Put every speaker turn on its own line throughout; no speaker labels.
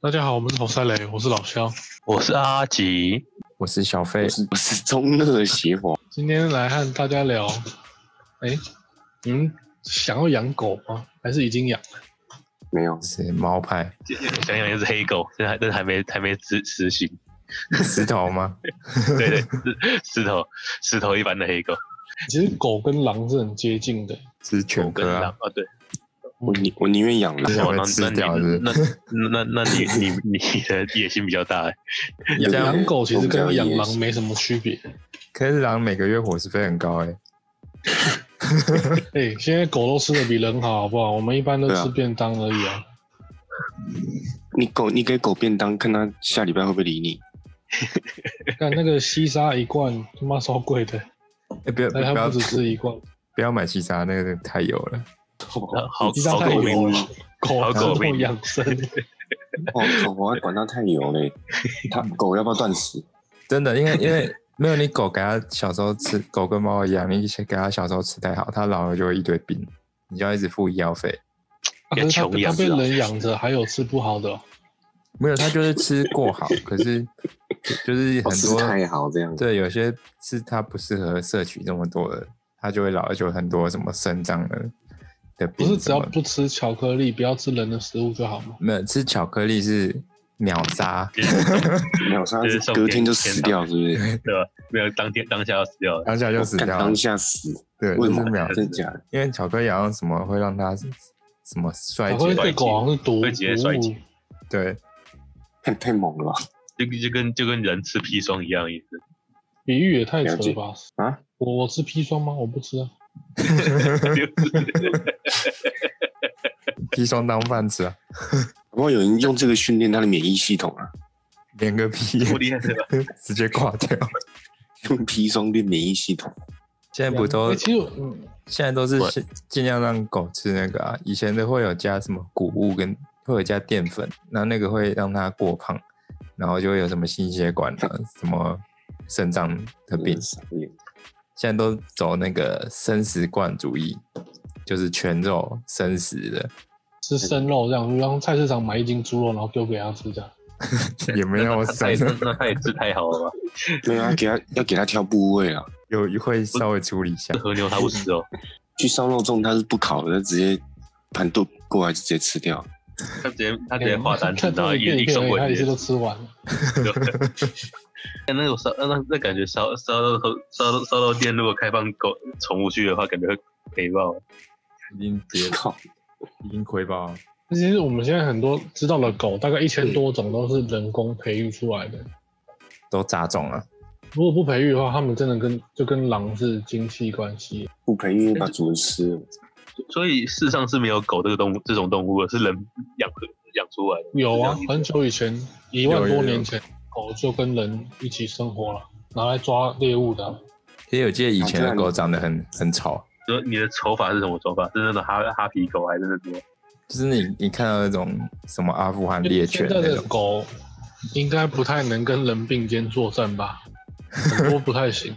大家好，我们是红三雷，我是老肖。
我是阿吉，
我是小费
我，是 我是中二邪皇，
今天来和大家聊，哎、你们想要养狗吗？还是已经养？
没有
是猫派，
想养一只黑狗，但还但还没还没执实行。
石头吗？
对 对，是石头石头一般的黑狗，
其实狗跟狼是很接近的，
是犬
跟
科
狼
啊，
啊，对。
我宁我宁愿养狼，
想
哦，
被
那
吃
那
掉
你
是不
那那那那你你你的野心比较大欸，
这样
养狗其实
我
跟
比较
养
野
狼
心
没什么区别。
可是狼每个月伙食费很高哎，
哎、现在狗都吃的比人好，好不好？我们一般都
对啊
吃便当而已啊。
你狗你给狗便当，看它下礼拜会不会理你。
看那个西沙一罐，他妈超贵的，
哎不要不
但它
要
不只吃一罐，
不要买西沙，那个太油了，
哦
好
西沙
好
太
狗
油
命。
了，狗
好
还
狗
是
命
动养生。
哦靠，我还管它太油嘞，它狗要不要断食？哦
真的，因为因为没有你狗给它小时候吃，狗跟猫一样，你先给它小时候吃太好，它老了就会一堆病，你就要一直付医药费。
啊
也
可是它
穷养
它被
是啊
人养着，还有吃不好的哦、
没有，它就是吃过好，可是就是
哦，
很
吃
多
太好这样子。
对，有些是它不适合摄取这么多的，它就会老了，就有很多什么肾脏的的
不
病什么的。
是只要不吃巧克力，不要吃人的食物就好吗？
没有吃巧克力是秒杀，
没有，它
就是
是
送
隔天
给
就
天
死
堂
掉，是不是？ 哦
对吧？没有当天当下要死掉了，
当下就死
干
掉了
当。下死，
对，
为
就
什
是
么
秒？，
真的假的？
因为巧克力好像什么会让它什么衰
巧克力
竭，
对狗好像是毒
会直接衰竭
毒物，
对，
太 太猛了吧
就就跟就跟人吃砒霜一样 意思。
比喻也太扯
了解
了吧！
啊！
我我吃砒霜吗？我不吃啊。
砒霜当饭吃啊，
不过有人用这个训练它的免疫系统啊，
连个屁，
不厉害对吧？
直接挂掉。
用砒霜练免疫系统。
现在不都
欸其实嗯，
现在都是
我
尽尽量让狗吃那个啊，以前的会有加什么谷物跟会有加淀粉，然后那个会让它过胖，然后就会有什么心血管啊、什么肾脏的病
嗯。傻眼
现在都走那个生食罐主义，就是全肉生食的，
吃生肉这样，就让菜市场买一斤猪肉，然后丢给它吃这样。
也 没那么
他 他也
生，
那他也吃太好了吧？
对啊，给它要给它挑部位啊。
有会稍微处理一下
这。和牛他不吃哦，
去烧肉粽它是不烤的，它直接盘肚过来就直接吃掉。
他直接他直接
哎
画 单子，
看
然后
这一
一
片一
一
片
送
而已，
过
它一次
去
都。吃完了。
但 那种烧那那感觉烧烧肉和烧肉烧肉店如果开放狗宠物去的话，感觉会赔爆。
已经跌，
靠，
已经亏爆了。
其实我们现在很多知道的狗，大概一千多种都是人工培育出来的。
都杂种了，
如果不培育的话，它们真的跟就跟狼是亲戚关系。
不培育把主人吃了，
所以世上是没有狗这个动物这种动物的，是人养养出来的。
有啊
是这样意，思
很久以前，一万
有有
多
有
年前，狗就跟人一起生活了，拿来抓猎物的啊、
也有记得以前
啊
的
对啊
狗长得很很丑，
说你的丑法是什么丑法？是那种哈哈皮狗还是那种？
就是你你看到那种什么阿富汗猎
现
犬
在
那
的
种，
狗应该不太能跟人并肩作战吧？很多不太行。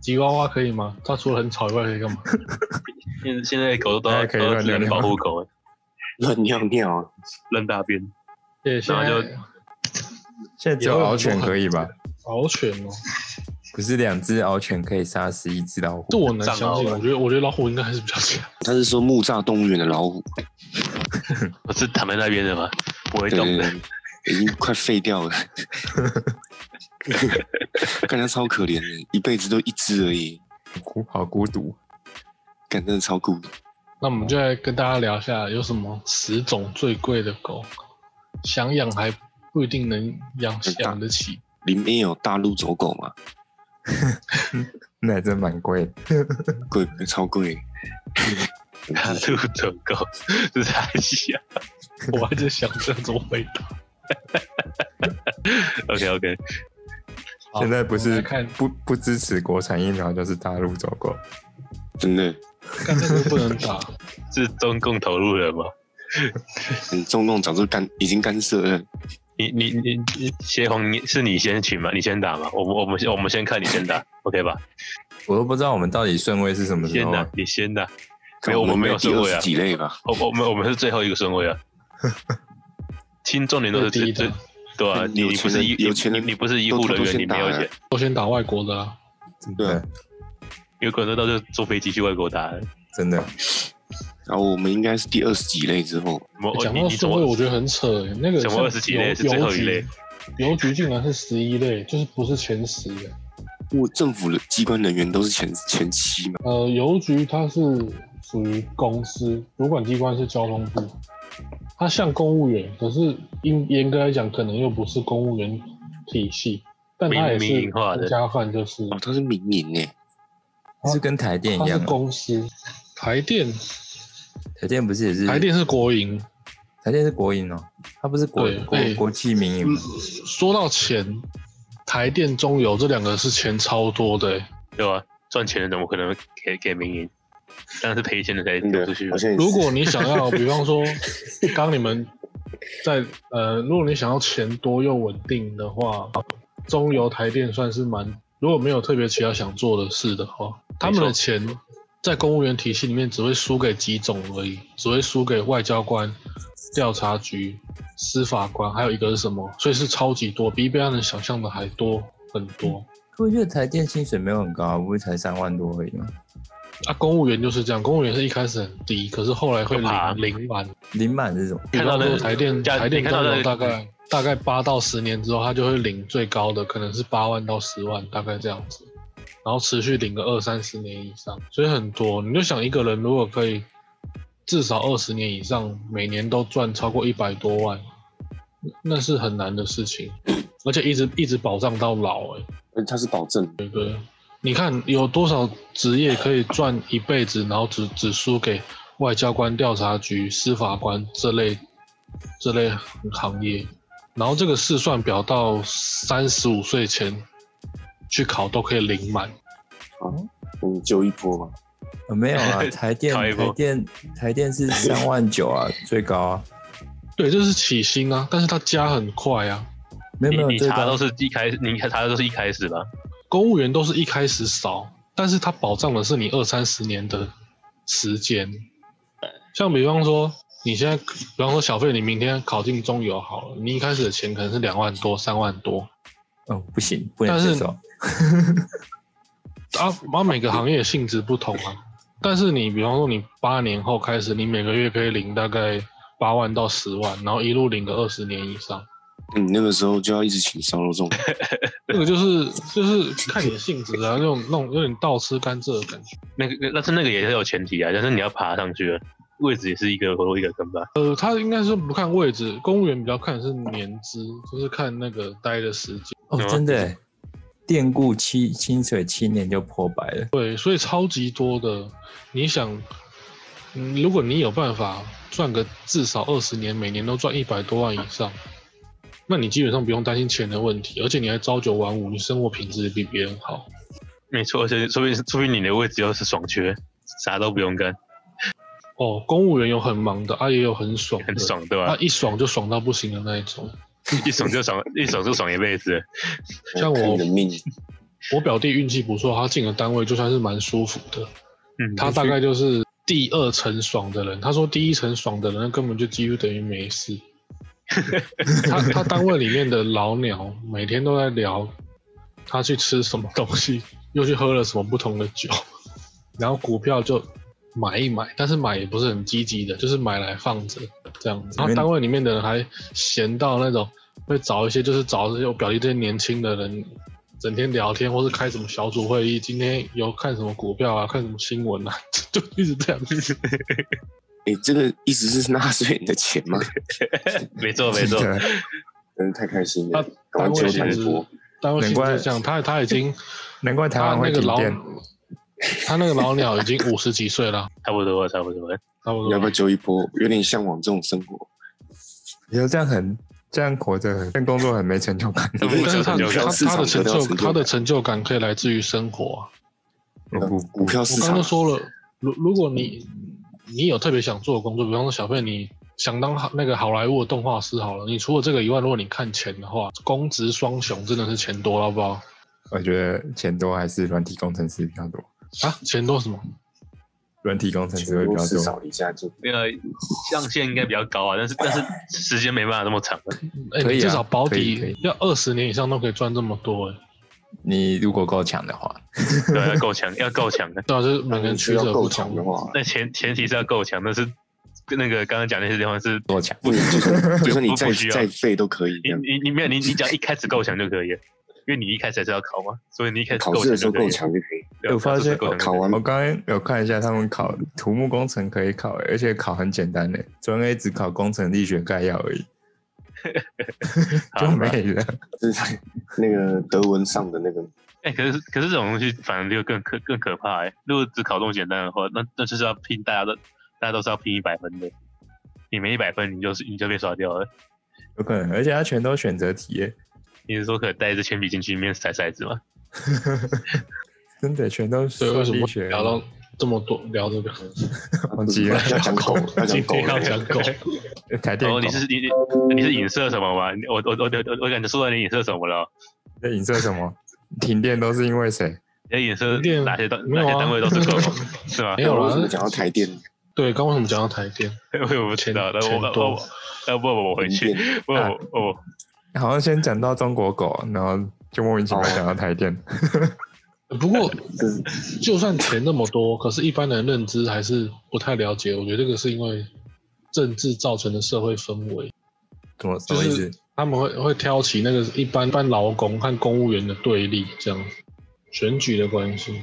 吉娃娃可以吗？它除了很吵以外可以干嘛？
现现在狗都
大
要
家哎可以
都要
乱
只
尿
能
尿
保护狗，
乱尿尿啊，
扔大便。
对，现
然后就
在
现在只有獒 犬可以吧？
獒犬哦，
不是两只獒犬可以杀十一只老虎，
这我能相
藏
信。
獒啊
我觉得，我觉得老虎应该还是比较强。
他是说木栅动物园的老虎，
我是躺在那边的嘛，不会
对
动
对
的。
对，已经快废掉了。 看他超可怜的，一辈子都一只而已，
孤好孤独。
干真的超酷。
那我们就来跟大家聊一下，有什么十种最贵的狗，想养还不一定能养
很大
养得起。
里面有大陆走狗嘛，
那还真蛮贵的，
贵超贵，
大 陆走狗，这是还西啊。
我还在想这怎么回答。
OK OK，
好
现在不
我们
是
来看，
不不支持国产疫苗，就是大陆走狗。
真的，
看这个不能 打。
是中共投入了吗？
嗯中共早就干已经干涉了，
你你你你，协红你是你先取吗？你先打吗？我们我们先我们先看你先 打，OK 吧？
我都不知道我们到底顺位是什么
你
时
先
候
打
啊，，
你先打。没
看
有，我们没有
第
顺
二
位
十
啊，
几类吧，
我我们我们是最后一个顺位啊。亲重点都是
最低
最
的
最对啊，
嗯
你
有
你不
钱
是
人
医
有
你
钱
你
人
你不是医
都
护
偷
人
偷
员，
先
你没
打
有
了
钱，
都先打外国的啊，
真
对
的
啊
有可能到就坐飞机去外国打。
真的，
哦
然后我们应该是第二十几类之后，
我
讲
哦你
到
你怎
顺位，我
么
觉得很扯、欸。那个
怎么
像
二十几类
邮
是最后一类
邮局，邮局竟然是十一类，就是不是前十的。
我政府的机关人员都是前前期嘛，
呃，邮局它是属于公司，主管机关是交通部，它像公务员，可是应严格来讲，可能又不是公务员体系，但它也
民民
是
营化的
加饭，就是
哦，他是民营诶，
啊
是跟台电一
它是
样啊，
公司。台电，
台电不是也是
台电是国营。
台电是国营哦，它不是国
对
国
哎
国企民营吗，
说到钱，台电、中油这两个是钱超多的、欸
对吧？赚钱的怎么可能给给民营？当然是赔钱的才丢出去。
好像也是
如果你想要，比方说，当你们在呃，如果你想要钱多又稳定的话，中油台电算是蛮，如果没有特别其他想做的事的话，他们的钱在公务员体系里面只会输给几种而已，只会输给外交官、调查局、司法官，还有一个是什么？所以是超级多，比一般人想象的还多很多。
可我觉得台电薪水没有很高啊，不是才三万多而已吗？
啊，公务员就是这样，公务员是一开始很低，可是后来会
会爬
零零满。
零满是什么？
比
看到
方
那
说
个
台电
价
台电
你看到
中
那
油
个
大概大概八到十年之后，它就会领最高的，可能是八万到十万，大概这样子，然后持续领个二三十年以上，所以很多。你就想一个人如果可以至少二十年以上，每年都赚超过一百多万，那是很难的事情，而且一直一直保障到老、欸，
呃他是保证，
你看有多少职业可以赚一辈子，然后只只输给外交官、调查局、司法官这类这类行业，然后这个试算表到三十五岁前去考都可以零满。
嗯，就一波嘛，
呃没有啊，台电
考一波
台电台电是三万九啊，最高啊，
对，这是起薪啊，但是它加很快啊。
没有
你
没
你
有最
查
高
都是一开始，你查的都是一开始吧？
公务员都是一开始少，但是它保障的是你二三十年的时间。像比方说，你现在，比方说小费，你明天考进中游好了，你一开始的钱可能是两万多、三万多，
嗯，不行，不能
但是
接受。
啊，啊，每个行业性质不同啊。但是你比方说，你八年后开始，你每个月可以领大概八万到十万，然后一路领个二十年以上，
嗯，那个时候就要一直请烧肉 粽，嗯
那个就是就是看你的性质啊，那种那种有点倒吃甘蔗的感觉。
那个，但是那个也是有前提啊，但是你要爬上去啊，位置也是一个活路一个坑吧。
呃，他应该是不看位置，公务员比较看的是年资，就是看那个待的时间。
哦
有，啊
真的耶，电雇七薪水七年就破百了，
对，所以超级多的，你想，嗯，如果你有办法赚个至少二十年，每年都赚一百多万以上，那你基本上不用担心钱的问题，而且你还朝九晚五，你生活品质也比别人好。
没错，而且说不定说不定你的位置又是爽缺，啥都不用干，
哦，公务员有很忙的，啊也有很爽的，
很，爽，对吧
啊？一爽就爽到不行的那一种。
一爽就爽，一爽就爽一辈子。
像我
看你的命，
我表弟运气不错，他进了单位就算是蛮舒服的，
嗯，
他大概就是第二层爽的人。他说第一层爽的人根本就几乎等于没事。他他单位里面的老鸟每天都在聊他去吃什么东西， 又去喝了什么不同的酒， 然后股票就买一买，但是买也不是很积极的，就是买来放着这样子。然后单位里面的人还闲到那种会找一些就是找这些我表弟这些年轻的人。整天聊天，或是开什么小组会议，今天有看什么股票啊，看什么新闻啊， 就一直这样子。
哎，这个一直是纳税人的钱吗？
没错没错
真，的
真是太开心了
他，
赶
单
快求
位性
台
质
博，，
单位性
难怪
质这样，他他已经
难怪台
他
湾会
那个
停
老
电。
他那个老鸟已经五十几岁了，
差不多了差不多了。
差不
要
多
不。要揪一波？有点向往这种生活，
以后这样很这样活着很，这样工作很没成就感。
不
但是他
成就感
他
市
他
场
的
得
成
到
就
成就
他
感
的成就感可以来自于生活啊。
我不
股票市
我刚
场
刚说了，如如果你你有特别想做的工作，比方说小费，你想当好那个好莱坞的动画师好了，你除了这个以外，如果你看钱的话，公职双雄真的是钱多，好不好？
我觉得钱多还是软体工程师比较多。
啊，钱多什么？
软体
嗯
工程师会比较
至
多。
少一下就
那个上限应该比较高啊，但是但是时间没办法那么长。
哎、
可以
你
啊
至少保
可以可以
底要二十年以上都可以赚这么多哎、
你如果够强的话，
对啊，要够强，要够强的。
对啊，就是每个人
需
取
要
舍
够
不
强的
同。
话，
但前前提是要够强，但是那个刚刚讲那些地方是
够强
不需
就 算就算你
不
再
不需要
再废都可以这
你
样。
你你没有你你只要一开始够强就可以 了，因为你一开始还是要考嘛，所以你一开始
考
够
试
强
的时
就
候
可以
够
了。
强就可以。
对啊
我发现
考试的时候够强就
考
可以了
完
我刚刚有看一下，他们考土木工程可以考、欸而且考很简单的，专 A 只考工程力学概要而已， 就
好
没了。
就是
那个德文上的那个，
哎、可是可是这种东西反而就更可更可怕哎、如果只考这么简单的话，那那就是要拼大家都大家都是要拼一百分的，你没一百分，你就是你就被刷掉了。
有可能，而且他全都选择题欸耶，
你是说可带一支铅笔进去里面甩骰子吗？
真的全都是
所以为什么
力
会
学。
聊到这么多聊这个？
忘记了
要讲狗，要讲
今
狗
天 要讲狗，
欸台电狗
哦，你是你你你是影射什么吗？你我我我我我感觉说到你影射什么了？
在影射什么？停电都是因为谁？
你的影射
有点
哪些单
没
哪
有
些
啊
单位都是 狗是吗
没？有
为什么
啦。
讲到台电
对，刚为什么讲到台电？
我不知道，那我
钱
那
多啊
我那我我我回去
停，
我我我
好像先讲到中国狗，然后就莫名其妙讲到台电。
不过
就是
就算钱那么多，可是一般人认知还是不太了解。我觉得这个是因为政治造成的社会氛围，
怎么什
就
么意
是
思？
他们会会挑起那个一般一般劳工和公务员的对立，这样选举的关系，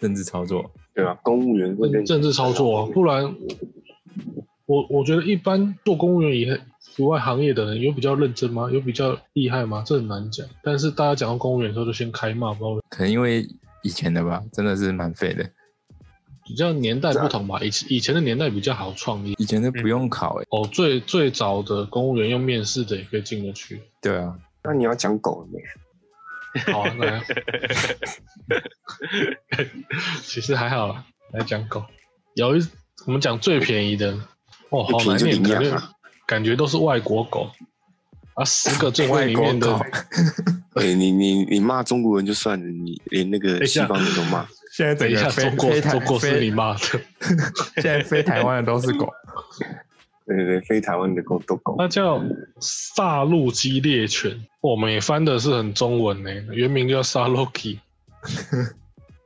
政治操作？
对吧？公务员会跟
政治操作啊。不然我我觉得一般做公务员以以外行业的人有比较认真吗？有比较厉害吗？这很难讲。但是大家讲到公务员的时候，就先开骂，不知道为什么
可能因为以前的吧，真的是蛮废的。
比较年代不同吧，以前以前的年代比较好创意。
以前都不用考、欸，
哦，最最早的公务员用面试的也可以进得 去。
对啊，
那你要讲狗 了没？
好、 啊，来啊，其实还好啦。啊来讲狗，有一我们讲最便宜的，哦，好难
最便宜
念，
就领
感
养
觉
啊
感觉都是外国狗啊，十个最会里面的
外国，
哎，你你你骂中国人就算了，你连那个
一
西
下
方人都骂，
现在
等
整
一
个
下
飞
中国
飞台
中国是你
飞，
骂的，
现在飞台湾的都是 狗，
对对对，非台湾的狗都狗，
它叫萨路基猎犬，我们也翻的是很中文呢、原名叫萨洛基。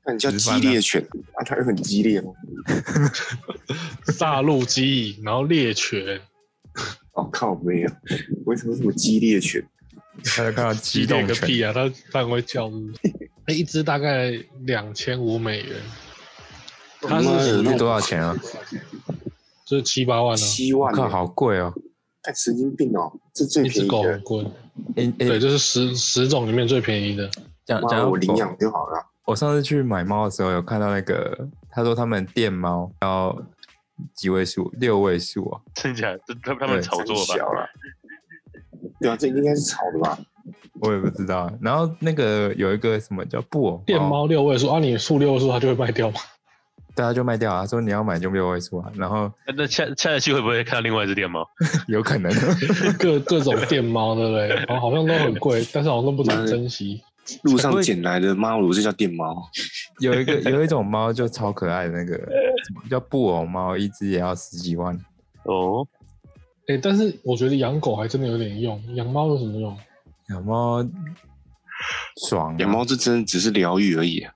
那你
叫激烈犬
啊，它会很激烈吗？
萨路基，然后猎犬，
哦靠，没有，为什么什么激烈犬？
他就看到
激烈
激动
个
拳，
屁啊！它它很会叫是不是，那一只大概两千五美元，它
妈
是
的
是多少钱啊？
就是七八万啊，
七万
我靠，
欸，
好贵哦！
看神经病哦，这最
一
便
只
宜
狗
的
很，贵。
诶、诶，
对，就是十十种里面最便宜的。
讲讲
妈
到
我领
狗
养就好了。
我上次去买猫的时候，有看到那个，他说他们店猫要几位数，六位数啊，
真假？这他他们
对
炒作
太
吧？
小了。对啊，这应该是炒的吧？
我也不知道。啊然后那个有一个什么叫布偶
电猫六位数啊，你付六位数，它就会卖掉嘛。
对，他就卖掉啊，他说你要买就六位数啊，然后
那那下下一期会不会看到另外一只电猫？
有可能
各各种电猫，对不对？然后好像都很贵，但是好像都不懂珍惜。
路上捡来的，妈，我这叫电猫，
啊
有一个 有一种猫就超可爱的那个什么叫布偶猫，一只也要十几万，
哦，
哎、但是我觉得养狗还真的有点用，养猫有什么用？
养猫爽、啊，
养猫这真的只是疗愈而已啊。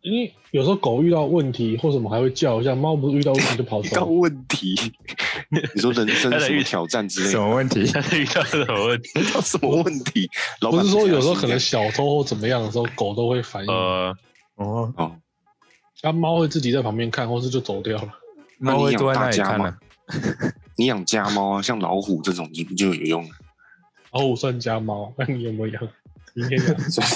因为有时候狗遇到问题或什么还会叫一下，猫不是遇到问题就跑
到
走。
问题， 你说人生什么挑战之类
什
的，
么 问题？
但是遇到什么问题？
到什么问题？老
不
板
是说
不
有
相
时候
信
可能小偷或怎么样的时候，狗都会反应，
呃，
哦，
哦，
那、猫会自己在旁边看，或是就走掉了。
猫会坐在那
那
里
你养大家
看啊呢、
吗你养家猫啊，像老虎这种就就有 用了，
然后我哦算家猫， 那你有没有养？你也养？
所以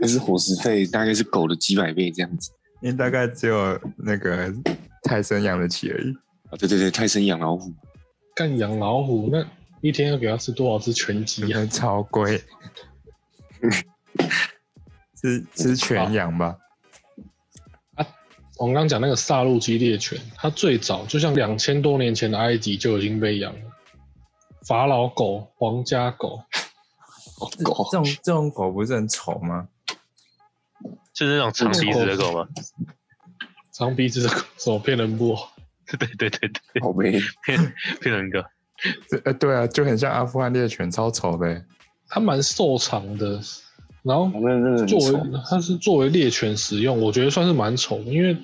但是伙食费大概是狗的几百倍这样子。
因为大概只有那个泰森养得起而 已。
啊，对对对，泰森养老虎，
干养老虎，那一天要给它吃多少只全
真
鸡啊？
的超 贵，吃吃全羊吧，
我们刚刚讲那个萨路基猎犬，它最早就像两千多年前的埃及就已经被养了。法老狗、皇家狗，
狗
这种这种狗不是很丑吗？
就是那种长鼻子的狗吗？
长鼻子的手骗人不？
对对对对，
靠背，
骗骗人哥，
这呃，对啊，就很像阿富汗猎犬，超丑的欸。
它蛮瘦长的，然后
那真的嗯很
作为
丑
它是作为猎犬使用，我觉得算是蛮丑的，因为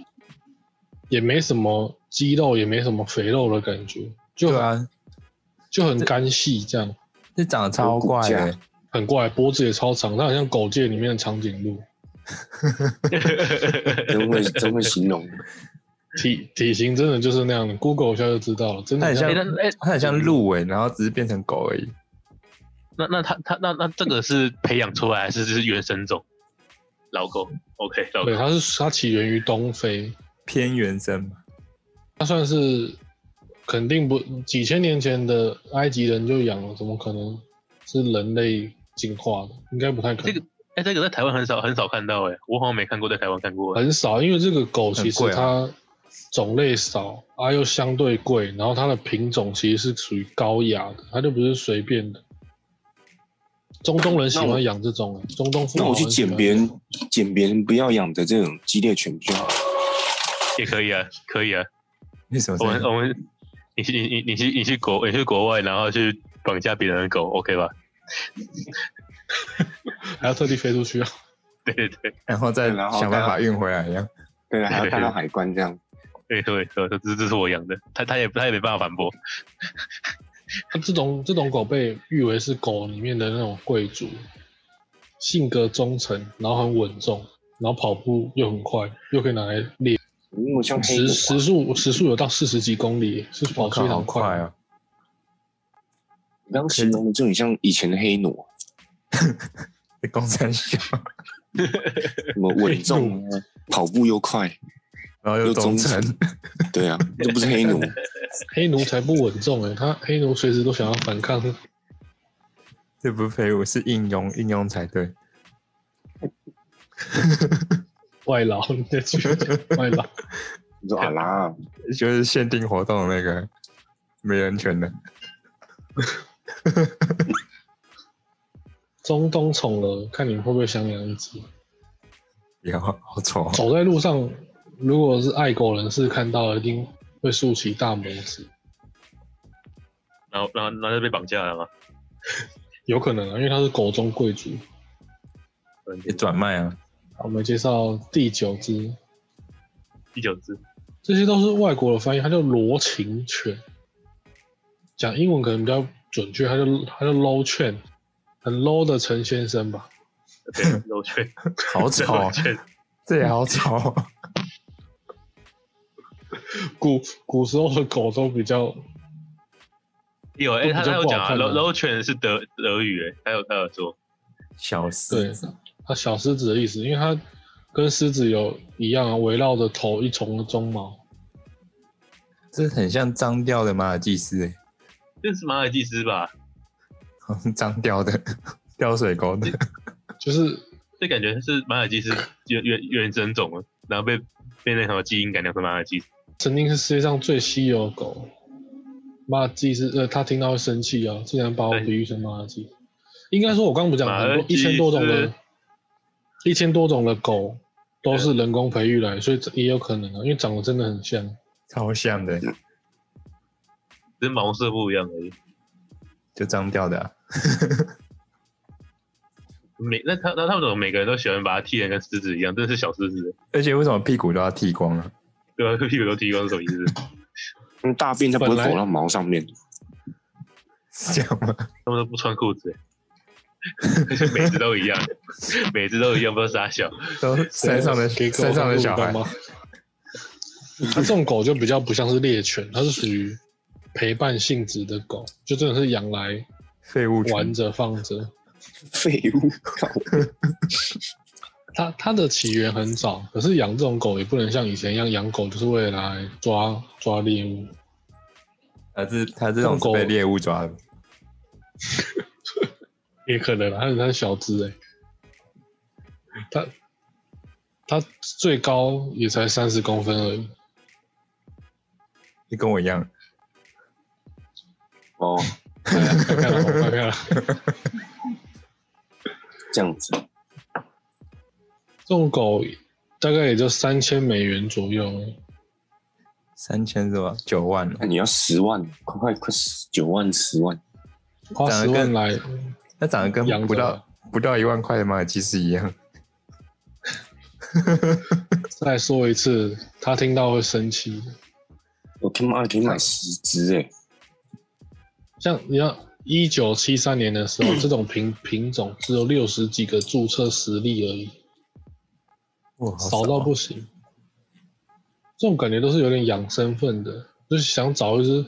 也没什么肌肉，也没什么肥肉的感觉，就
对
很、
啊，
就很干细，这样
这长得超怪的欸，
很怪，脖子也超长，它好像狗界里面的长颈鹿，
真会真会 形容，
体体型真的就是那样的，Google 一下就知道了，真
它
的
很像
哎那哎，
它很像鹿尾，然后只是变成狗而已。
那那他他那那这个是培养出来还是是原生种？老狗，OK，老
对，
狗，
它是它起源于东非，
偏原生嘛，
它算是肯定不几千年前的埃及人就养了，怎么可能是人类进化的？应该不太可能。
这个哎，这个在台湾很少很少看到哎，我好像没看过，在台湾看过哎。
很少，因为这个狗其
很
实
贵啊
它种类少啊，又相对贵，然后它的品种其实是属于高雅的，它就不是随便的。中东人喜
那我
欢养这种欸，中东父
那
母
我去
很喜
捡
欢
别人捡别人不要养的这种激烈犬就好了。
也可以啊，可以啊。
为什么
我们
这样？
我们，你去你你你去你去国你去国外，然后去绑架别人的狗，OK 吧？
还要特地飞出去啊。
对对对
然后再
然后
想办法运回来一样。
对啊，还要带到海关这样。
对对对，这这这是我养的，他他也他也没办法反驳。
那这种这种狗被誉为是狗里面的那种贵族，性格忠诚，然后很稳重，然后跑步又很快，又可以拿来猎，
嗯，我像
时
黑狗
时速时速有到四十几公里，是跑得
靠，
非
好
常快。
快哦！
你刚形容的就很像以前的黑奴，
这公山小，
什么稳重啊，跑步又快。
然后又
又
忠
忠
诚
诚，对啊，这不是黑奴，
黑奴才不稳重哎、他黑奴随时都想要反抗。
这不是废物，是应用，应用才对。
外劳，你在去外劳，
你说阿拉，
就是限定活动的那个没人权的，
中东宠了，看你会不会想养一只。
也好好丑哦。
走在路上，如果是爱狗人士看到，一定会竖起大拇指。
然后然后然后就被绑架了嘛。
有可能啊，因为它是狗中贵族。
也转卖啊，
好，我们介绍第九只，
第九只，
这些都是外国的翻译，它叫罗琴犬。讲英文可能比较准确，它叫它叫 low 犬，很 low 的陈先生吧。
对，有确
好丑
啊
哦，
确
这也好丑哦。
古古时候的狗都比较
有哎，他
比较
他有
不好
讲啊，
看啊
柔柔犬是德德语哎，他有他有说，
小
对
四，
它小狮子的意思，因为它跟狮子有一样啊，围绕着头一丛的鬃毛。
这很像脏掉的马尔济斯欸
这是马尔济斯吧？
好像脏掉的 掉水沟的，
就是
这感觉是马尔济斯原原原生种啊，然后被被那条基因改良成马尔济斯。
曾经是世界上最稀有的狗。马尔济斯，呃，它听到会生气啊，竟然把我
对
比喻成马尔济斯。应该说，我刚刚不讲
马
很
尔
多
济
一
斯
千多种的，一千多种的狗都是人工培育来，所以这也有可能啊，因为长得真的很像。
超像的，
只是毛色不一样而已。
就脏掉的啊。
每那他那他们怎么每个人都喜欢把它剃成跟狮子一样？真的是小狮子，
而且为什么屁股都要剃光啊？
对吧、 屁股都剃光是什么意思？
因为大便它不会
本来
跑到毛上面，
是这样吗？
他们都不穿裤子、而且 每只都一样，每只都一样，不知道傻小。
都山上的
给狗
山上的
当
小
路
孩
干， 嘛？它这种狗就比较不像是猎犬，它是属于陪伴性质的狗，就真的是养来
废物群
玩着放着。
废物，靠
它它的起源很早，可是养这种狗也不能像以前一样，养狗就是为了来抓抓猎物。
他是他这种是被猎物抓的，
也可能啦，它是它是小只哎、它它最高也才三十公分 而已，
就跟我一样。
哦，
快看快看了，快看了。
这样子，
这种狗大概也就三千美元左右。
三千是吧？九万哦
那，哎你要十万，快快快十，九万十万，
花
长
十
得
万
跟
来，
那长得
养着啊
跟不到不到一万块的马尔济斯一样。
再说一次，他听到会生气。
我他妈的可以买十只哎、
像你要一九七三年的时候，这种品品种只有六十几个注册实例而已，
哇，好
少到
哦
不行。这种感觉都是有点养身份的，就是想找一只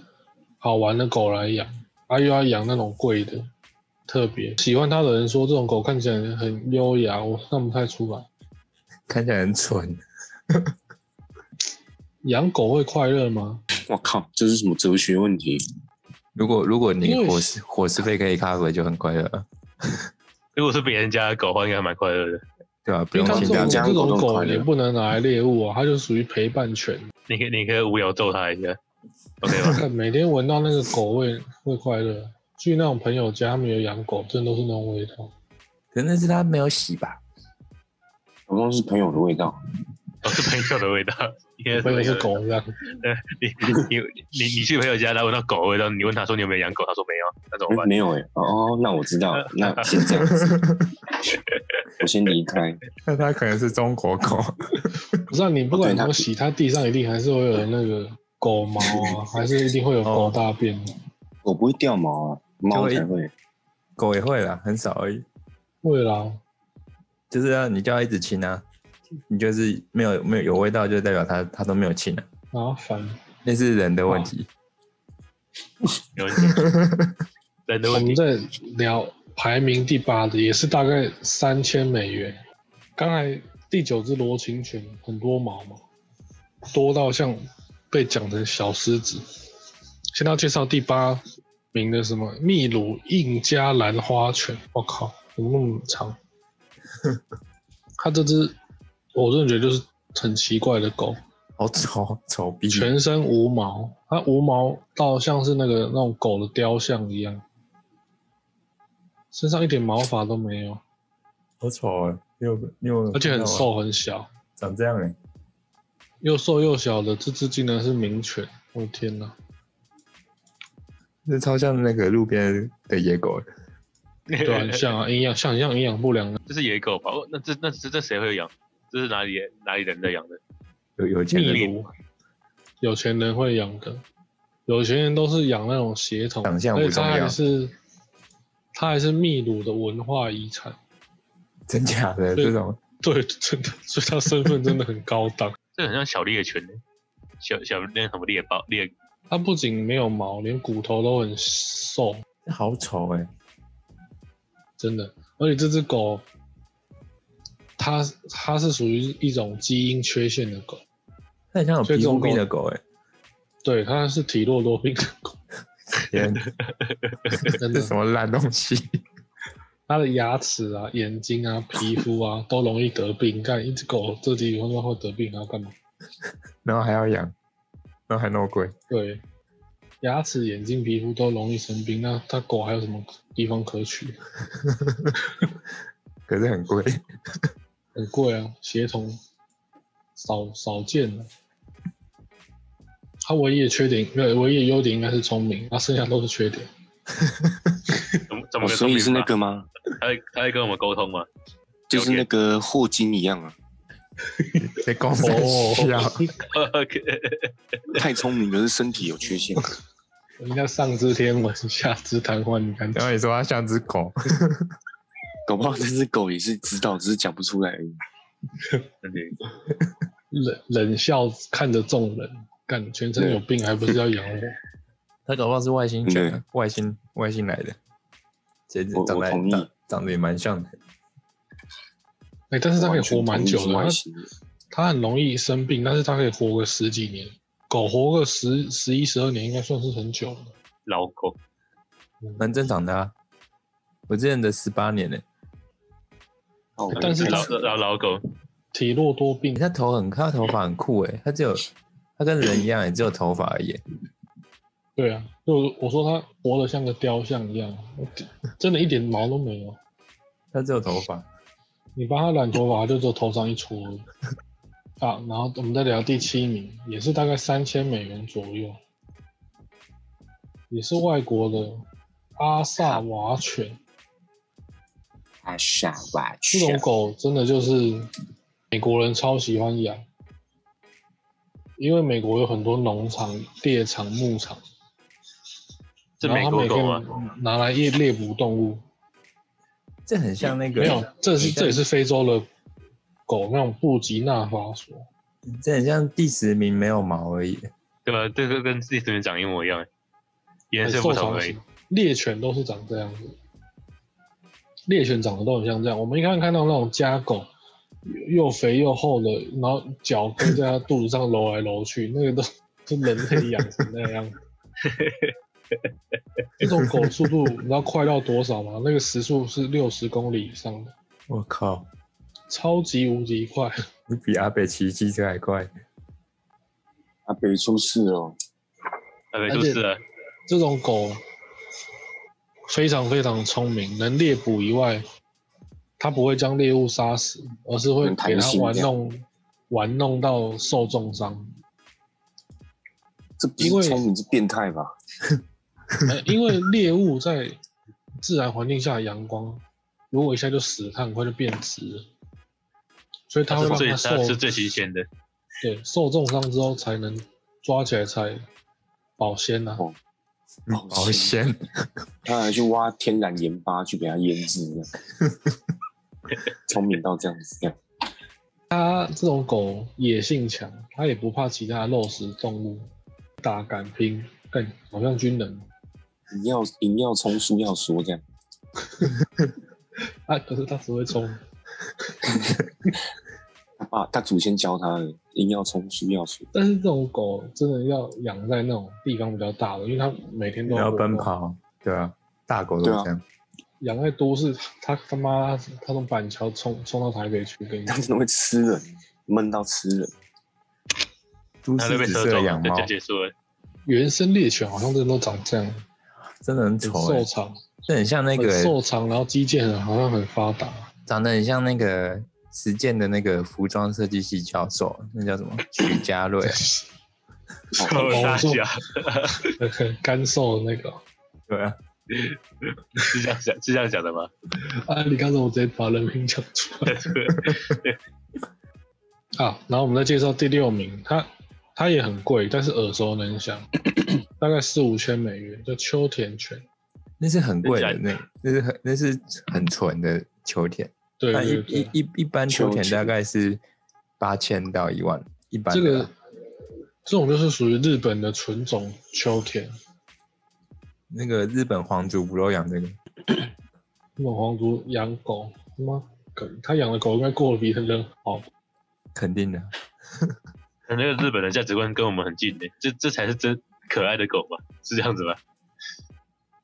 好玩的狗来养，啊又要养那种贵的，特别喜欢它的人说这种狗看起来很优雅，我看不太出来。
看起来很蠢。
养狗会快乐吗？
我靠，这是什么哲学问题？
如果如果
因为
你伙食伙食费可以 cover 就很快乐了，
如果是别人家的狗的话，应该还蛮快乐的。
对吧、不
因
用
为它
请
这
家
种这
长
养狗
种
都很
狗
快乐
也不能拿来猎物啊，它就属于陪伴犬。
你可以你可以无聊揍它一下，OK 吧？
看 每天闻到那个狗味会快乐。去那种朋友家，他们有养狗，真的都是那种味道。
可能是他没有洗吧？
好像是朋友的味道。
都是朋友的味道，应该是
朋友是
的
狗这样，
你你你你去朋友家，他闻到狗的味道，你问他说你有没有养狗，他说没有，那怎么
哎
办？
没有哎、哦，那我知道了，那先这样子，我先离开。
那他可能是中国狗，
不是、啊、你不管怎
对它
么洗，它地上一定还是会有那个狗毛啊，还是一定会有狗大便。啊
哦狗不会掉毛啊，猫才会。
狗也会啦，很少而已。
会啦，
就是要你就要一直亲啊，你就是没有没有有味道，就代表它它都没有亲啊，
麻烦。
那是人的问题。
没问题，人的
我
问
们
题。
在聊排名第八的，也是大概三千美元。刚才第九只罗琴犬很多毛嘛，多到像被讲成小狮子。现在要介绍第八名的什么秘鲁印加兰花犬，我靠，怎么那么 长？它这只我真的觉得就是很奇怪的狗，
好丑 丑逼，
全身无毛，它无毛到像是那个那种狗的雕像一样，身上一点毛发都没有，
好丑啊！你有你有，
而且很，瘦很小，
长这样哎、
又瘦又小的这只竟然是名犬，我的天哪！
这超像那个路边的野狗的，
对啊，很像啊，营养像像营养不良的，
这是野狗吧？哦那这那这这谁会养？这是哪里哪里人在养的？
有有钱
秘
人
鲁有钱人会养的，有钱人都是养那种血统，
长相不
而且它
重要
还是它还是秘鲁的文化遗产，
真假的
对
这种
对，真的，所以它身份真的很高档。
这很像小猎犬，欸小小那什么猎豹猎
它不仅没有毛，连骨头都很瘦，
好丑哎、
真的。而且这只狗，它它是属于一种基因缺陷的狗，
它很像有
所以
皮
这
肤
种
病
狗
的狗哎、
对，它是体弱多病的 狗，
天，
真
这
的
什。么烂东西？
它的牙齿啊、眼睛啊、皮肤啊都容易得病。看一只狗这地方会得病，它要干嘛？
然后还要养，然后还那么贵，
对，牙齿、眼睛、皮肤都容易生病，那它狗还有什么地方可取？
可是很贵。
很贵啊，协同少少见了。他唯一的缺点，没有唯一的优点应该是聪明，他剩下都是缺点。
怎么怎么
哦
个
所以是
动物
那
法
个吗？
他会他会跟我们沟通吗？
就是那个霍金一样啊，
在公司
哦
需要，
OK，
太聪明可是身体有缺陷。
人家上知天文，下知瘫痪，你看
然后你说它像只狗，
搞不好这只狗也是知道，只是讲不出来而已。
真的
冷冷笑看着众人，干全身有病还不是要养我？
它搞不好是外星犬啊
对，
外星外星来的，其实
我
长
我
得
同意
长长得也蛮像的。
哎、但是它可以
完全
活蛮
同意
久
是
的，
外
它
星
它很容易生病，但是它可以活个十几年。狗活个十十一十二年，应该算是很久了。
老狗，
蛮正常的啊。我之前的十八年呢、
哦
但是
老
它
老老狗，
体弱多病
欸，，他头很，他头发很酷哎、他只有他跟人一样、欸，只有头发而已欸、
对啊，就我说它活得像个雕像一样，真的一点毛都没有。
他只有头发，
你帮它染头发，它就只有头上一撮而已。好，然后我们再聊第七名，也是大概三千美元左右，也是外国的阿萨瓦犬。
阿萨瓦
这种，
犬
狗真的就是美国人超喜欢养，因为美国有很多农场、猎场、牧场，
这
然
美
后他们
国
也
狗啊，
可以拿来猎猎捕动物。
这很像那个，
没有，这是
很像
这也是非洲的狗，那种布吉纳法索。
这很像第十名没有毛而已。
对吧？这个跟自己这边讲一模一样，颜
很
色
受
不同
常
而已
识。。猎犬都是长这样子，猎犬长得都很像这样。我们一看看到那种家狗，又肥又厚的，然后脚可以在它肚子上揉来揉去，那个都是人类养成那样。这种狗速度你知道快到多少吗？那个时速是六十公里以上的，
我靠，
超级无敌快。
你比阿北骑机车还快。
阿北出事哦，
啊，对，
而
就
且
是啊
这种狗非常非常聪明，能猎捕以外，它不会将猎物杀死，而是会
很
给
弹
它
性
玩
这样
弄玩弄到受重伤。
这不
因为
是聪明是变态吧？
呃因为猎物在自然环境下的阳光，如果一下就死了，它很快就变质了，所以它会
是
让
最
它受
它是最新鲜的，
对受重伤之后才能抓起来才保鲜呐、啊。
保
保险，
他还去挖天然盐巴去给它腌制， 这样聪明到这样子，这样
它啊这种狗野性强，它也不怕其他的肉食动物，打敢拼，干好像军人
你要赢要冲，输要说，这样
啊！可是它只会冲，
他爸他祖先教他的，赢要冲，输要说，
但是这种狗真的要养在那种地方比较大的，因为它每天都
然后
活
奔
动，
跑，对啊，大狗都这样。
养在都市，它他妈它从板桥冲冲到台北去， 跟你
他
讲
真的会吃人，闷到吃人。
都
它就
市
被
只
车
适合
走了，
养
就
猫
就，结束了。
原生猎犬好像真的都长这样，
真的很
很
丑
瘦，
哎
长，
这很像那
很
个欸
瘦长，然后肌腱很好像很发达。
长得很像那个实践的那个服装设计系教授，那叫什么？许家瑞啊，
哦
超大
说
家，
很很干瘦的那个
对啊，
是这样讲，是这样讲的吗？
啊！你刚才我直接把人名讲出来。 啊，然后我们再介绍第六名，它它也很贵，但是耳熟能详，大概四五千美元，叫秋田犬。
那是很贵的，
真
那那是很那是很纯的秋田，
对
但一
对
一
对，
一一般秋
秋
田
田
大概是八千到一万，一般
这
的
个
啦
这种就是属于日本的纯种秋田，
那个日本皇族不都养这个？
那种皇族养狗，他妈可他养的狗应该过得比人好。
肯定的，
那个日本的价值观跟我们很近的，这这才是真可爱的狗吧？是这样子吧？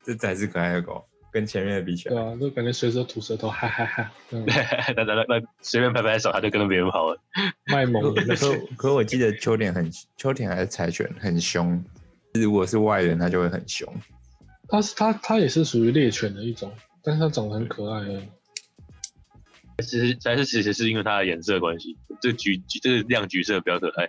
这才是可爱的狗，跟前面的比起
对
来，
啊，就感觉随手吐舌头，哈哈哈，那种
那那那那随便拍拍手，它就跟着别人跑了。
卖
可
萌的那种。
可可我记得秋田很秋田还是柴犬很凶，如果是外人他就会很凶，
它是它它也是属于猎犬的一种，但是它长得很可爱而已。
其实还是其实是因为它的颜色关系，这橘橘这个亮橘色比较可爱，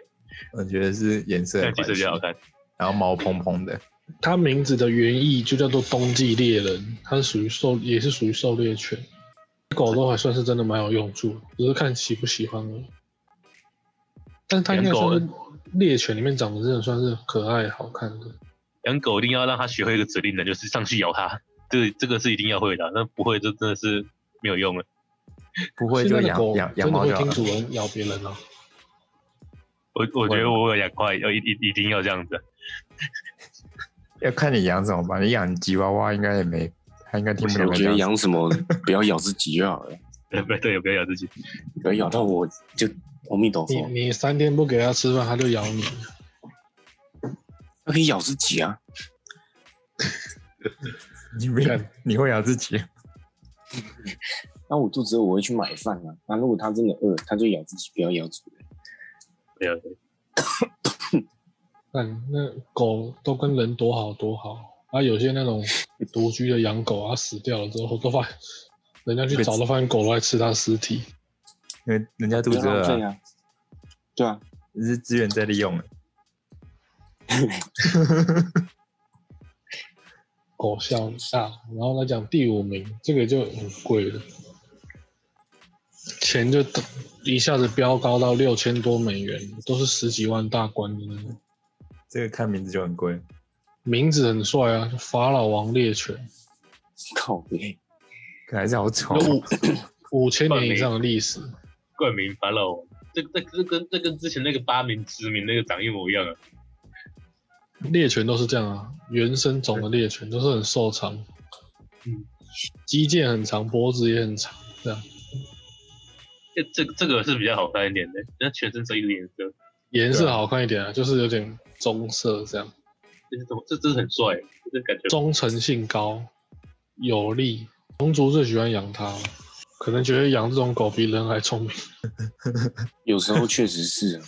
我觉得是颜色的
亮橘色比
关系，
较好看。
然后毛蓬蓬的。
它名字的原意就叫做冬季猎人，它是属于狩，也是属于狩猎犬。狗都还算是真的蛮有用处，只是看喜不喜欢而已。但是它应该算是猎犬里面长得真的算是可爱好看的。
养狗一定要让它学会一个指令的，就是上去咬它。这个这个是一定要会的啊，那不会就真的是没有用了。
不会
现
就
在的
养
狗
养
真的
养猫
会
就好
听主
了。
人咬别人啊？
我我觉得我有养快要一一一定要这样子，啊
要看你养什么吧，你养吉娃娃应该也没，它应该听不懂
我
在
觉
讲
得
什么。
养什么不要咬自己就好了，
对不对？不要咬自己。
不要咬到我就阿弥陀
你
佛，
你三天不给它吃饭，它就咬你。
它可以咬自己啊，
你没有
干，
你会养自己，
那我肚子饿我会去买饭啊，那如果它真的饿，它就咬自己，不要咬主人。
不要
但那狗都跟人多好多好，啊，有些那种独居的养狗啊，死掉了之后都发现，人家去找都发现狗都在吃它尸体。
因为人家肚
不
子
要
饿
浪费
啊、
啊！对啊，
这是资源在利用了。欸
狗笑大，然后来讲第五名，这个就很贵了，钱就一下子飙高到六千多美元，都是十几万大关的那种。
这个看名字就很贵，
名字很帅啊，就法老王猎犬，
靠背，
可还是好丑
有。五五千年以上的历史。
冠名法老王，这这这跟这跟之前那个八名知名那个长一模一样啊。
猎犬都是这样啊，原生种的猎犬都是很瘦长，
嗯，
肌腱很长，脖子也很长，这样
这这这个是比较好看一点的，那全身只有一个颜色，
颜
对
色
啊
好看一点啊，就是有点棕色这样，
这是怎么？这真的很帅，啊这感觉
忠诚性高，有力。龙族最喜欢养它了，可能觉得养这种狗比人还聪明。
有时候确实是啊，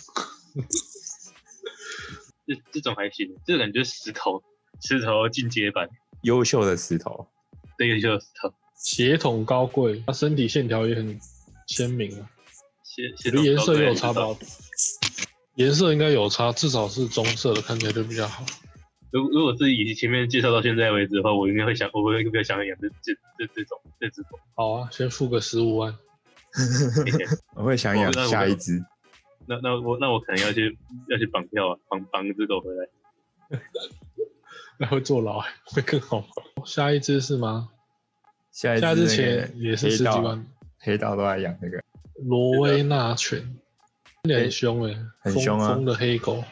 这这种还行，这个感觉石头石头进阶版，
优秀的石头，
这个就是石头。
血统高贵，它身体线条也很鲜明啊，
鞋
我
鞋
觉得颜色也有差
吧？
吧，颜色应该有差，至少是棕色的，看起来就比较好。
如如果是以前面介绍到现在为止的话，我应该会想，我会比较想养这这这这种这只狗。
好啊，先付个十五万，
嘿嘿
我会想
哦
养
我
下一只。
那那我那我可能要去要去绑票啊，绑绑一只狗回来。
那会坐牢、欸，会更好。下一只是吗？
下一
下一
只
只
那个
钱也是十几
黑道啊
万，。
黑道都在养这个，
挪威纳犬，真的很凶哎、欸，
很凶啊
疯疯的黑狗，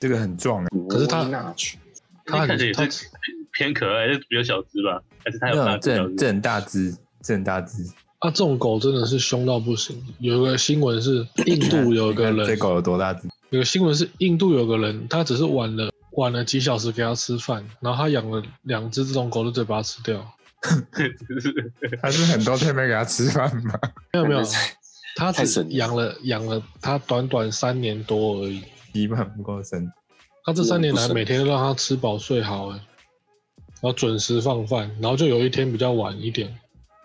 这个很壮哎、
可是它
罗威纳犬
它
看
很
起来也
它
是偏可爱，就比较小只吧？还是它有
那
大
种
只小只？
正正大只，正大只。
啊，这种狗真的是凶到不行。有个新闻 是印度有个
你看这
人，
狗有多大只？
有个新闻是印度有个人，他只是晚了晚了几小时给他吃饭，然后他养了两只这种狗，就直接把它吃掉。
它是很多天没给它吃饭吗？
没有没有
真的，是
他
太
只
神了
养了养了它短短三年多而已。
一半不够深，
他这三年来
不是
每天都让他吃饱睡好，哎，然后准时放饭，然后就有一天比较晚一点，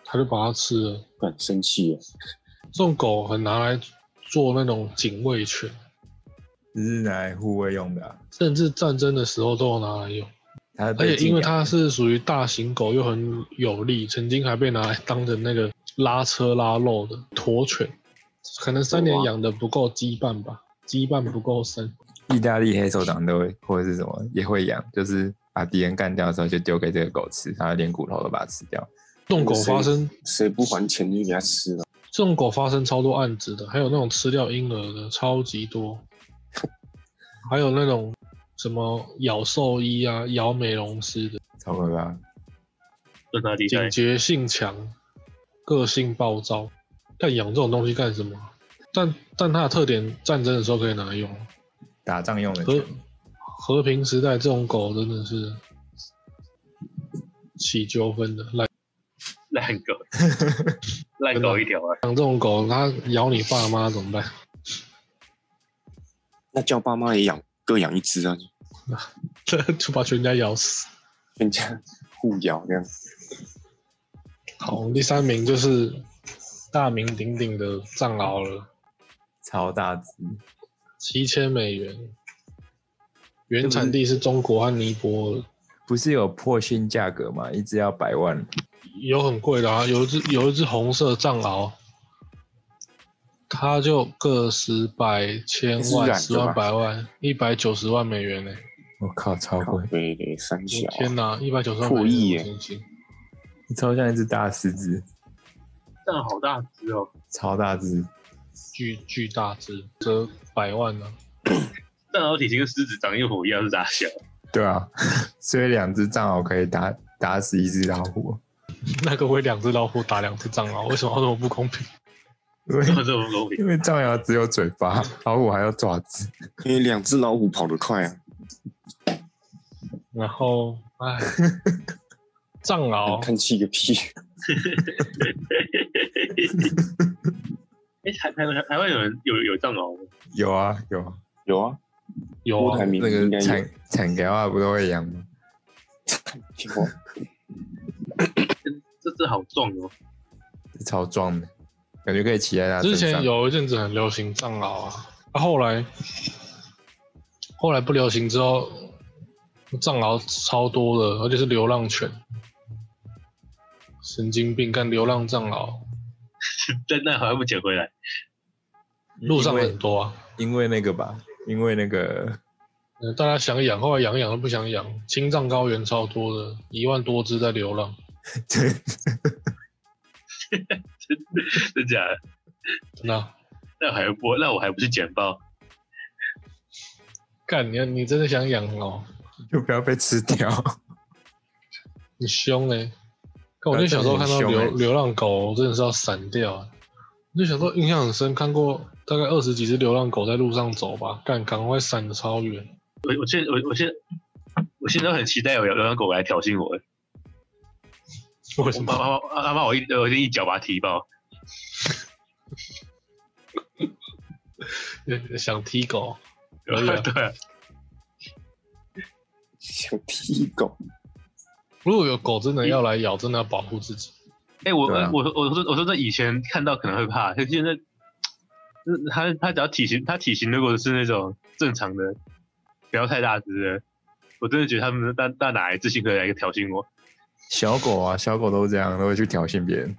他就把它吃了。
很生气啊耶，
这种狗很拿来做那种警卫犬，
只是拿来护卫用的、啊。
甚至战争的时候都有拿来用。
它
而
被
且因为
禁养
它是属于大型狗，又很有力，曾经还被拿来当成那个拉车拉肉的鸵犬。可能三年
哇
养的不够羁绊吧，羁绊不够深。
意大利黑手党都会，或者是什么也会养，就是把敌人干掉的时候就丢给这个狗吃，它连骨头都把它吃掉。
这种狗发生
谁不还钱就给他吃了，
这种狗发生超多案子的，还有那种吃掉婴儿的超级多，还有那种什么咬兽医啊、咬美容师的，
超可怕！
真的厉
警！
害
觉性强，个性暴躁。但养这种东西干什么？啊但但它的特点，战争的时候可以拿来用，啊
打仗用的
和
犬，
和平时代这种狗真的是起纠纷的。来
烂狗，烂狗一条啊！
养这种狗，它咬你爸妈怎么办？
那叫爸妈也养，各养一只啊，
就把全家咬死。
人家互咬这样，
好，第三名就是大名鼎鼎的藏獒了，
超大只，
七千美元，原产地是中国和尼泊尔，
不是有破新价格吗？一只要百万，
有很贵的啊，有一只有一只红色藏獒，它就个十百千
是
万
染的吧
十万百万一百九十万美元呢、欸
我靠，超
靠
贵！
背嘞，三小啊，
天哪，一百九十万
破
美
亿
元
耶
我真心，
超像一只大狮子，
这样好大只哦！
超大只，
巨巨大只，折百万呢、
藏獒体型跟狮子长一模一样是大小，
对啊， 所以两只藏獒可以打打死一只老虎，
那个会两只老虎打两只藏獒，为什么这么不公平？
因为
这么这么不公平
因。为藏獒只有嘴巴，老虎还有爪子，
因为两只老虎跑得快啊，
然后， 唉，藏獒
看气个屁，
哎，台台湾台湾有人有有藏獒吗？
有啊有啊，
有啊，
有
郭
啊
台，铭
那
应
个
该有，
产产条啊不都会养吗？
有啊
这只好壮哦！
超壮的，感觉可以骑在它
之
身
前
上。
有一阵子很流行藏獒啊，啊，啊、后来后来不流行之后，藏獒超多了，而且是流浪犬，神经病干流浪藏獒，
但那还不捡回来？
路上
因为
很多啊。
因为那个吧，因为那个
呃大家想养，后来养一养都不想养。青藏高原超多的，一万多只在流浪。
真假的？
真的啊、
那还不那我还不是捡包？
干你啊，你真的想养哦？
就不要被吃掉。
你凶嘞、看我就小时候看到
啊真的
流
很凶欸
流浪狗，我真的是要闪掉、啊。我就想说，印象很深，看过大概二十几只流浪狗在路上走吧，干赶快闪的超远。
我我现我我现我现在很期待有流浪狗来挑衅我，
为
我 妈？妈妈妈我一我一定一脚把它踢爆。
呃想踢狗？可以啊
对啊，
想踢狗，
如果有狗真的要来咬，真的要保护自己。
哎、我、
对啊
我我说我说那以前看到可能会怕，可是现在，那他他只要体型，他体型如果是那种正常的，不要太大只的，我真的觉得他们大大哪来自信可以来挑衅我？
小狗啊，小狗都这样，都会去挑衅别人。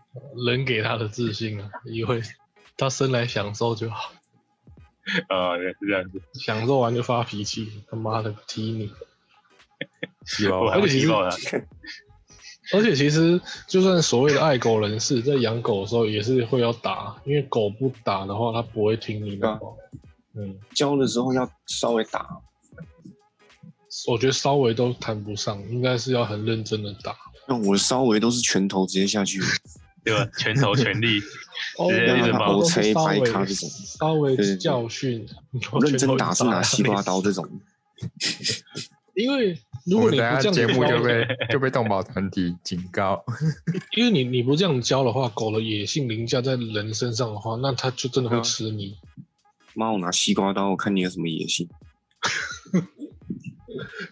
人给它的自信啊，以为它生来享受就好，
啊、对是这样子，
享受完就发脾气，他妈的踢你！
有啊
我还会踢爆他。
而且其实，就算所谓的爱狗人士，在养狗的时候也是会要打，因为狗不打的话，它不会听你的
对啊
话。嗯，
教的时候要稍微打，
我觉得稍微都谈不上，应该是要很认真的打。
那我稍微都是拳头直接 下去，
对吧？拳头全力，
哦，
啊
对
原来
让它
都
狗
是
吹
稍
掰
微
咖这种
稍微
对对对
教训，
我认真打是
啊
拿西瓜刀 这种。
因为如
我
果
们
你不
等下
这样
节目
教
就被就被动保团体警告，
因为你你不这样教的话，狗的野性凌驾在人身上的话，那它就真的会
嗯
吃你。
妈，我拿西瓜刀，我看你有什么野 心。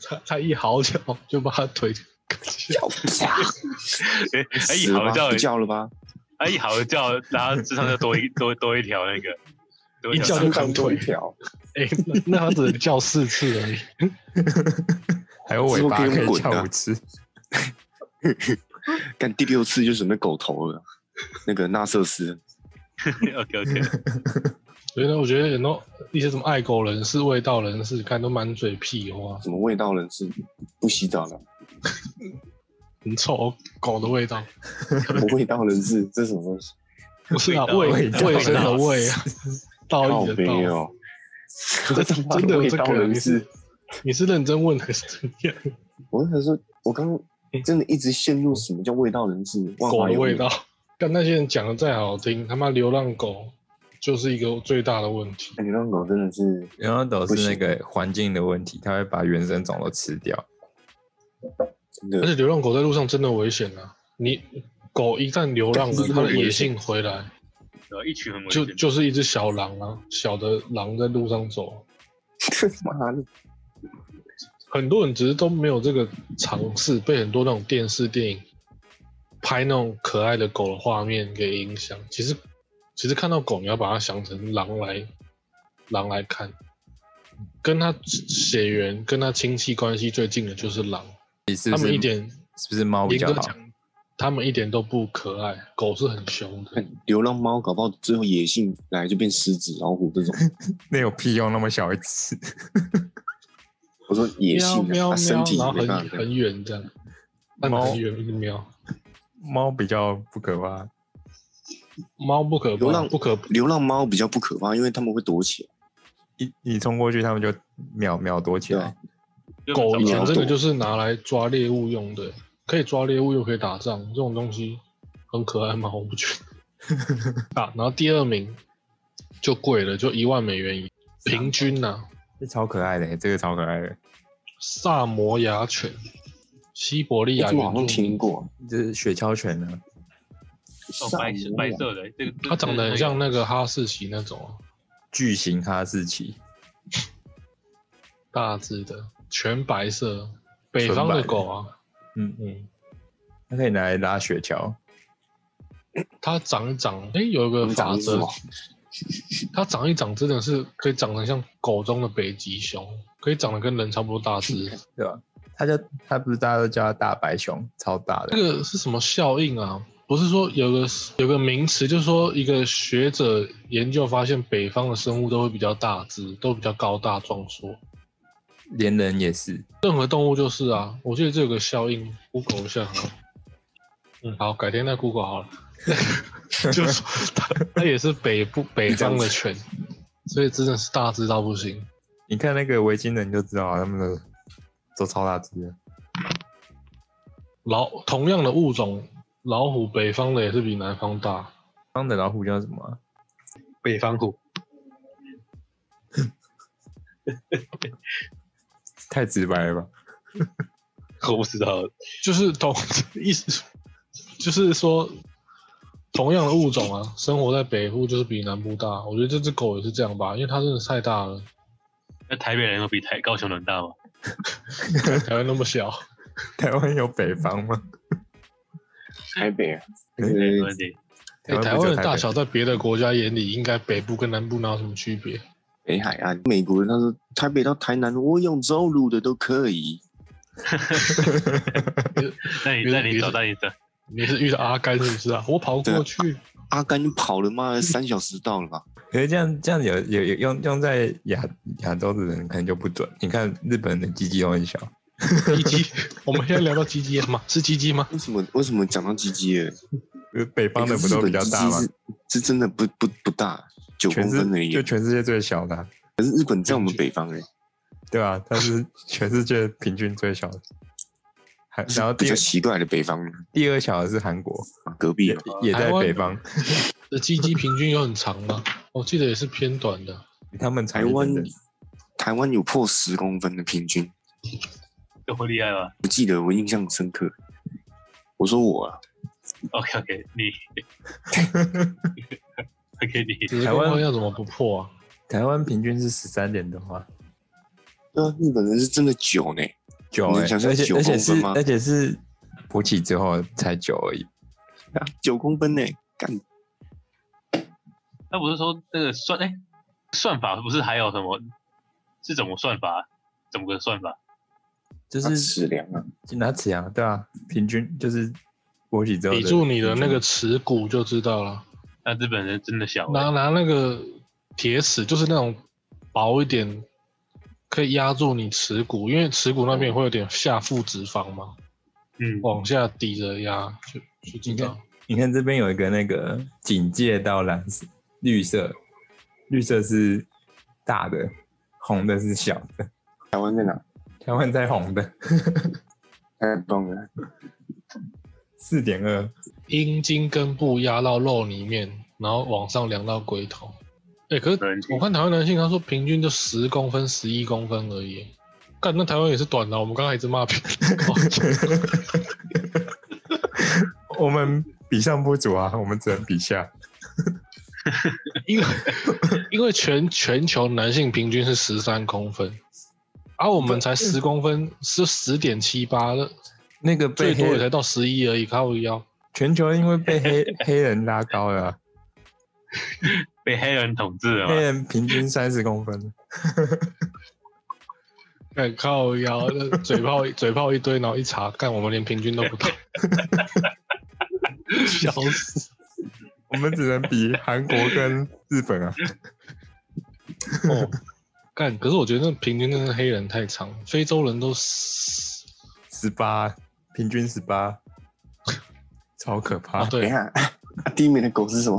它它一嚎叫就把它腿割下，
叫不叫？
哎、哎一
死了
嚎
吧
叫
不，叫了吧？
哎一嚎叫，然后身上就多一多多一条那个，多
一叫
条
就
身
砍
上多
腿
一条，
哎、那那它只能叫四次而已。
还有尾巴
之后
可
可以
以
滚
翘
啊
五次。
干第六次就准备狗头了。那个纳瑟斯，
OK OK，
所以呢，我觉得很多一些什么爱狗人士、味道人士，看都满嘴屁话，
什么味道人士不洗澡了？
很臭狗的味道，
不味道 人士，这什么东西？
不是啊，
味
卫
道
味
卫生的
道
卫啊，道义的
没
道。
有，
真 真的有
哦味
这
道
个？
人
你
士
是。你是认真问还是怎样？
我想说，我刚刚真的一直陷入什么叫味道人士？万
狗
华
的
有
味道，但那些人讲的再好听，他妈流浪狗就是一个最大的问题。
哎，流浪狗真的是
然后都
不
是那
行
个环境的问题，它会把原生种都吃掉。
真
而
的
且流浪狗在路上真的危险啊！你狗一旦流浪了，
对
它的野性回来，
然后呃一群很危
就
险，
就是一只小狼啊，小的狼在路上走。
妈的，
很多人只是都没有这个尝试，被很多那种电视电影拍那种可爱的狗的画面给影响。其实，其实看到狗，你要把它想成狼来，狼来看，跟它血缘、跟它亲戚关系最近的就是狼。
你是
他
不
们
是
一点
是不是猫比
严
较
格
好？
讲，他们一点都不可爱，狗是很凶的。
流浪猫搞不好最后野性来就变狮子、老虎这 种。
那有屁用那么小一只？
我说野
喵
性
喵
啊，它身
喵，
体
然后
没办
很
法。
很远这样，但
猫
很远一直喵。
猫比较不可怕，
猫不可
流
怕，
浪
不可
流浪猫比较不可怕，因为它们会躲起来。
一你冲过去，它们就秒秒躲起来。
狗以前
鸟
真的
躲
就是拿来抓猎物用的，可以抓猎物又可以打仗，这种东西很可爱吗？我不觉得。啊，然后第二名就贵了，就一万美元以平均呐、
这超可爱的，这个超可爱的，
萨摩亚犬，西伯利亚
哎这我好像
原住民
听过，
这是雪橇犬呢、
哦白色白
啊
色的这个，
它长得很像那个哈士奇那种啊
巨型哈士奇，
大只的，全白色，北
纯
方
白
的
的
狗啊。
嗯，
嗯，
它可以拿来拉雪橇。
它长一长，哎、有一个
你
法
长得是什
则
么，
它长一长真的是可以长得像狗中的北极熊，可以长得跟人差不多大只。
对吧？它叫它不是大家都叫它大白熊，超大
这
的。
个是什么效应啊？不是说有个有个名词，就是说一个学者研究发现，北方的生物都会比较大只，都比较高大壮硕。
连人也是，
任何动物就是啊，我记得这有个效应，Google 一下好了。嗯，好，改天再 Google 好了。就是说它它也是北部北方的犬，所以真的是大只到不行。
你看那个维京人就知道啊，他们的都超大只的。
老同样的物种，老虎北方的也是比南方大。
方的老虎叫什么啊、
北方虎，
太直白了吧？
我不知道，
就是同 意思，就是说同样的物种啊，生活在北部就是比南部大。我觉得这只狗也是这样吧，因为它真的太大了，
那台北人有比台高雄人大吗？
台湾那么小，
台湾有北方吗？
台 北啊，
嗯
呃
没问题，
欸、
不只
台
有
湾的
北
大小在别的国家眼里，应该北部跟南部哪有什么区别？
北海岸，美国人他说台北到台南，我用走路的都可以。
那你
别
那你
别
找到你的，
你是遇到阿甘是不是啊？我跑过去，
阿甘你跑了 妈的三小时到了吧？
可是这样这样有有有用用在亚亚洲的人可能就不准。你看日本的鸡鸡都很小，
鸡鸡。我们现在聊到鸡鸡了吗？是鸡鸡吗？
为什么为什么讲到鸡鸡了？
呃北方的不都比较大吗
欸？？这真的不不不大，九
全
公
世
分而已。
就全世界最小的啊、
可是日本在我们北方哎、
对吧、它是 全世界平均最小的。还然后
比
第
较
二
奇怪的北方，
第二小的是韩国，
啊隔壁
也
啊
也在
台湾
北方，
这鸡鸡平均有很长吗？我记得也是偏短的。
比他们长
台
一
湾
点点。
台湾有破十公分的平均，
有多厉害吗
我记得我印象深刻。我说我啊，
？OK OK，你，OK 你
只是
台湾
要怎么不破啊？
台湾平均是十三点的啊话，
对啊，日本人是真的久呢、
九、
你
欸，
能想象
而且
九
而且
公分
是
吗
而且是勃起之后才九而已。
啊，九公分呢、干
那不是说那个算哎、算法不是还有什么是怎么算法？怎么个算法？
就
他
是
尺量啊，
就拿尺量，对啊，平均就是勃起之后的
比
平均。
住你的那个耻骨就知道了。
那日本人真的小、
拿拿那个铁尺，就是那种薄一点，可以压住你耻骨，因为耻骨那边会有点下腹脂肪嘛，
嗯，
往下抵着压就就知道。
你看这边有一个那个警戒到蓝色、绿色，绿色是大的，红的是小的。
台湾在哪？
台湾在红的
太棒了！
四点二，
阴茎根部压到肉里面，然后往上量到龟头。哎、可
没问
是
题
我看台湾男性，他说平均就十公分、十一公分而已。干，那台湾也是短的啊、我们刚才一直骂别 人哦
我们比上不足啊，我们只能比下。
因为因为全全球男性平均是十三公分，而、我们才十公分，是十点七八，那
那个
最
被
多
黑
也才到十一而已，靠腰。
全球因为被黑黑人拉高了 啊、
被黑人统治了
黑
嘛？
人平均三十公分，
干靠 腰，那嘴炮嘴炮一堆，然后一查，干我们连平均都不到， 笑死！
我们只能比韩国跟日本啊。
哦， 干，可是我觉得那平均真的是黑人太长，非洲人都十
十八，平均十八，超可怕。
啊，
等一
对，
下， 啊第一名的狗是什么？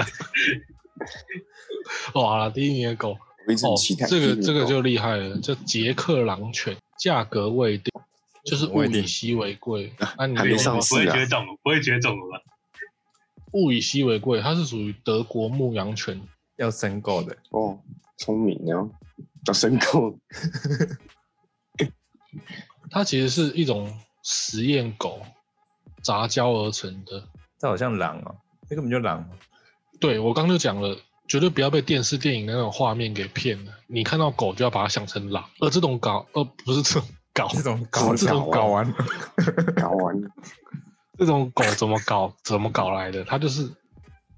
哇啦，第一名的狗，
我一直
哦
很期待，
这个
第一名的
这个
狗
就厉害了，叫捷克狼犬，价格未定，就是物
未定
以稀为贵。啊，你
还
有
没上
吗
市
不会
是啊
绝种了，不会绝种了吧？
物以稀为贵，它是属于德国牧羊犬，
要申购的，
哦，聪明哦，要申购
它其实是一种实验狗杂交而成的。
这好像狼哦，这根本就狼哦。
对我刚就讲了，绝对不要被电视电影那种画面给骗了。你看到狗就要把它想成狼，而这种搞，呃，不是这种搞，
这种搞
这
这
种
种搞完，
搞完，
这种狗怎么搞，怎么搞来的？它就是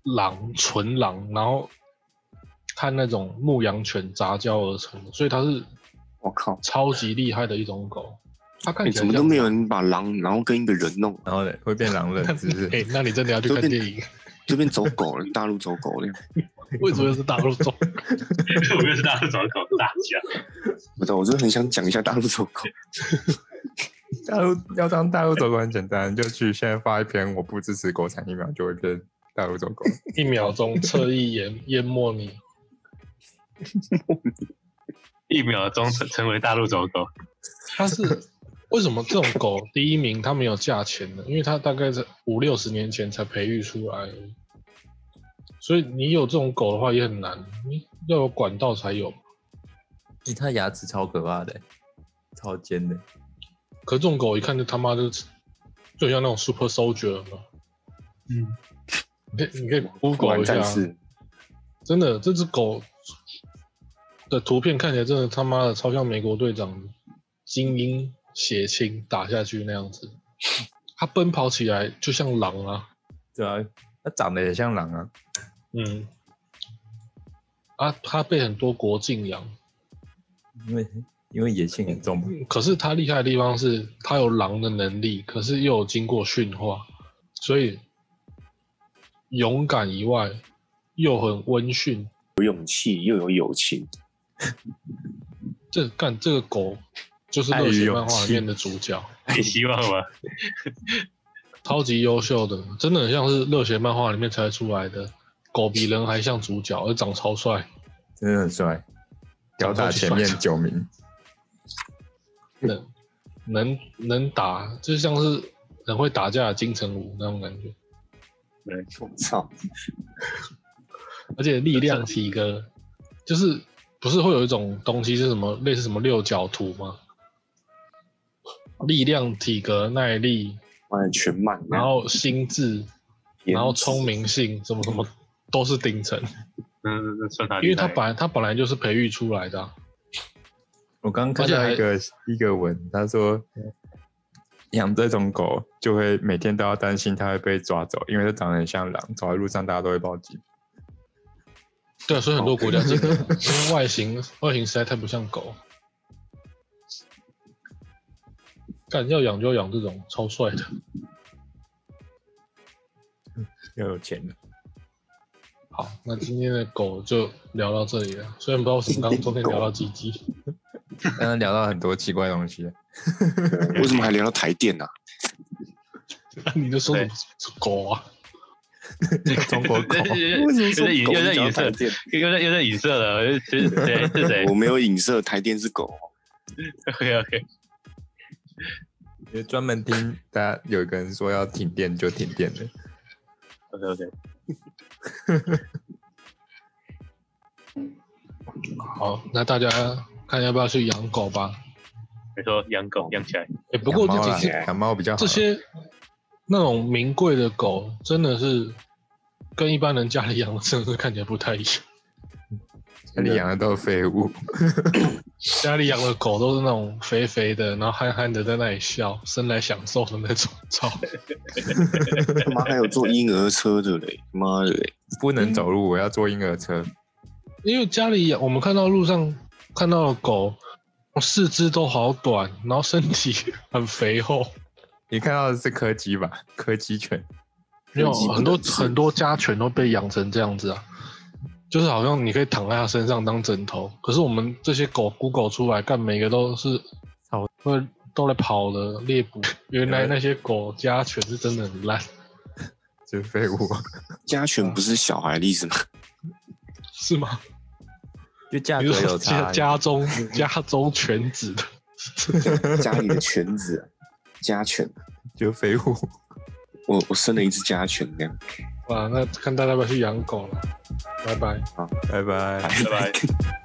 狼纯狼，然后和那种牧羊犬杂交而成的，所以它是
我靠，
超级厉害的一种狗。它看
你
起来
哎怎么都
像
没有人把狼，然后跟一个人弄，
然后呢会变狼人，是不 是？
哎、那你真的要去看电影？
这边走 狗了，大陆走狗了，
为什么又是大陆种？
我又是大家找搞大家，
不知道，我真的很想讲一下大陆走狗。
大陆要当大陆走狗很简单，就去现在发一篇我不支持国产疫苗，就会变大陆走狗。
一秒钟侧翼淹淹没你，
一秒钟成成为大陆走狗，
它是为什么这种狗第一名它没有价钱呢？因为它大概在五六十年前才培育出来而已，所以你有这种狗的话也很难，你要有管道才有。
咦，它牙齿超可怕的、超尖的。
可这种狗一看就他妈就是，就像那种 super soldier 嘛。
嗯，
你可以你可以
果
Google
然
一下
战，士，
真的这只狗的图片看起来真的他妈的超像美国队长精英血清打下去那样子，它奔跑起来就像狼啊。
对啊，它长得也像狼啊。
嗯，啊，它被很多国敬仰，
因为因为野性很重嘛，
可是它厉害的地方是它有狼的能力，可是又有经过驯化，所以勇敢以外又很温驯。
勇气又有友情，
这干这个狗就是热血漫画里面的主角，
你希望吗？
超级优秀的，真的很像是热血漫画里面才出来的。狗比人还像主角，而长超帅，
真的很帅。吊打前面九名，
能能能打，就像是很会打架的金城武那种感觉。
我操，
而且力量体格，就是不是会有一种东西是什么类似什么六角图吗？力量、体格、耐力，
妈的全满，
然后心智，
颜值
然后聪明性，什么什么都是顶层，
那那那算他厉
因
害，
为他本来他本来就是培育出来的啊、
我刚看到一个一个文，他说养这种狗就会每天都要担心它会被抓走，因为它长得很像狼，走在路上大家都会报警。
对啊，所以
哦
很多国家 禁止，因为外形外形实在太不像狗。干要养就养这种超帅的。
要有钱的，
好，那今天的狗就聊到这里了。虽然不知道为什么刚刚中间聊到鸡鸡。
刚刚聊到很多奇怪的东西，
为什么还聊到台电啊？
那 你就说什么狗啊？
中国狗
又
什么
在影
狗
又在
讲
影
台
射，
电？
又在又在影射了，是谁是谁
我没有影射台电是狗，啊
？OK OK，
也专门听大家有一个人说要停电就停电的，
OK OK，
好，那大家看要不要去养狗吧？
你说养狗养起来，
哎、不过
养猫
这
啦
几些
养猫比较好，
这些那种名贵的狗，真的是跟一般人家里养的真的是看起来不太一样。
家里养的都是废物，
家里养的狗都是那种肥肥的，然后憨憨的在那里笑，生来享受的那种。操！
他妈还有坐婴儿车的嘞，妈的嘞，
不能走路，我要坐婴儿车。
因为家里养，我们看到路上看到的狗，四肢都好短，然后身体很肥厚。
你看到的是柯基吧？柯基犬，
没有
很基本
很多
的是
很多家犬都被养成这样子啊，就是好像你可以躺在它身上当枕头，可是我们这些狗孤狗出来干，每个都是
好
会都来跑的猎捕。原来
原来
那些狗家犬是真的很烂，
就是废物。
家犬不是小孩的意思吗？
是吗？
就价
比如说家
啊
家中家中犬子的，
家里的犬子啊，家犬，
就废物。
我我生了一只家犬 这样。
哇，那看大家要不要去养狗了，拜拜。
拜拜。
拜拜。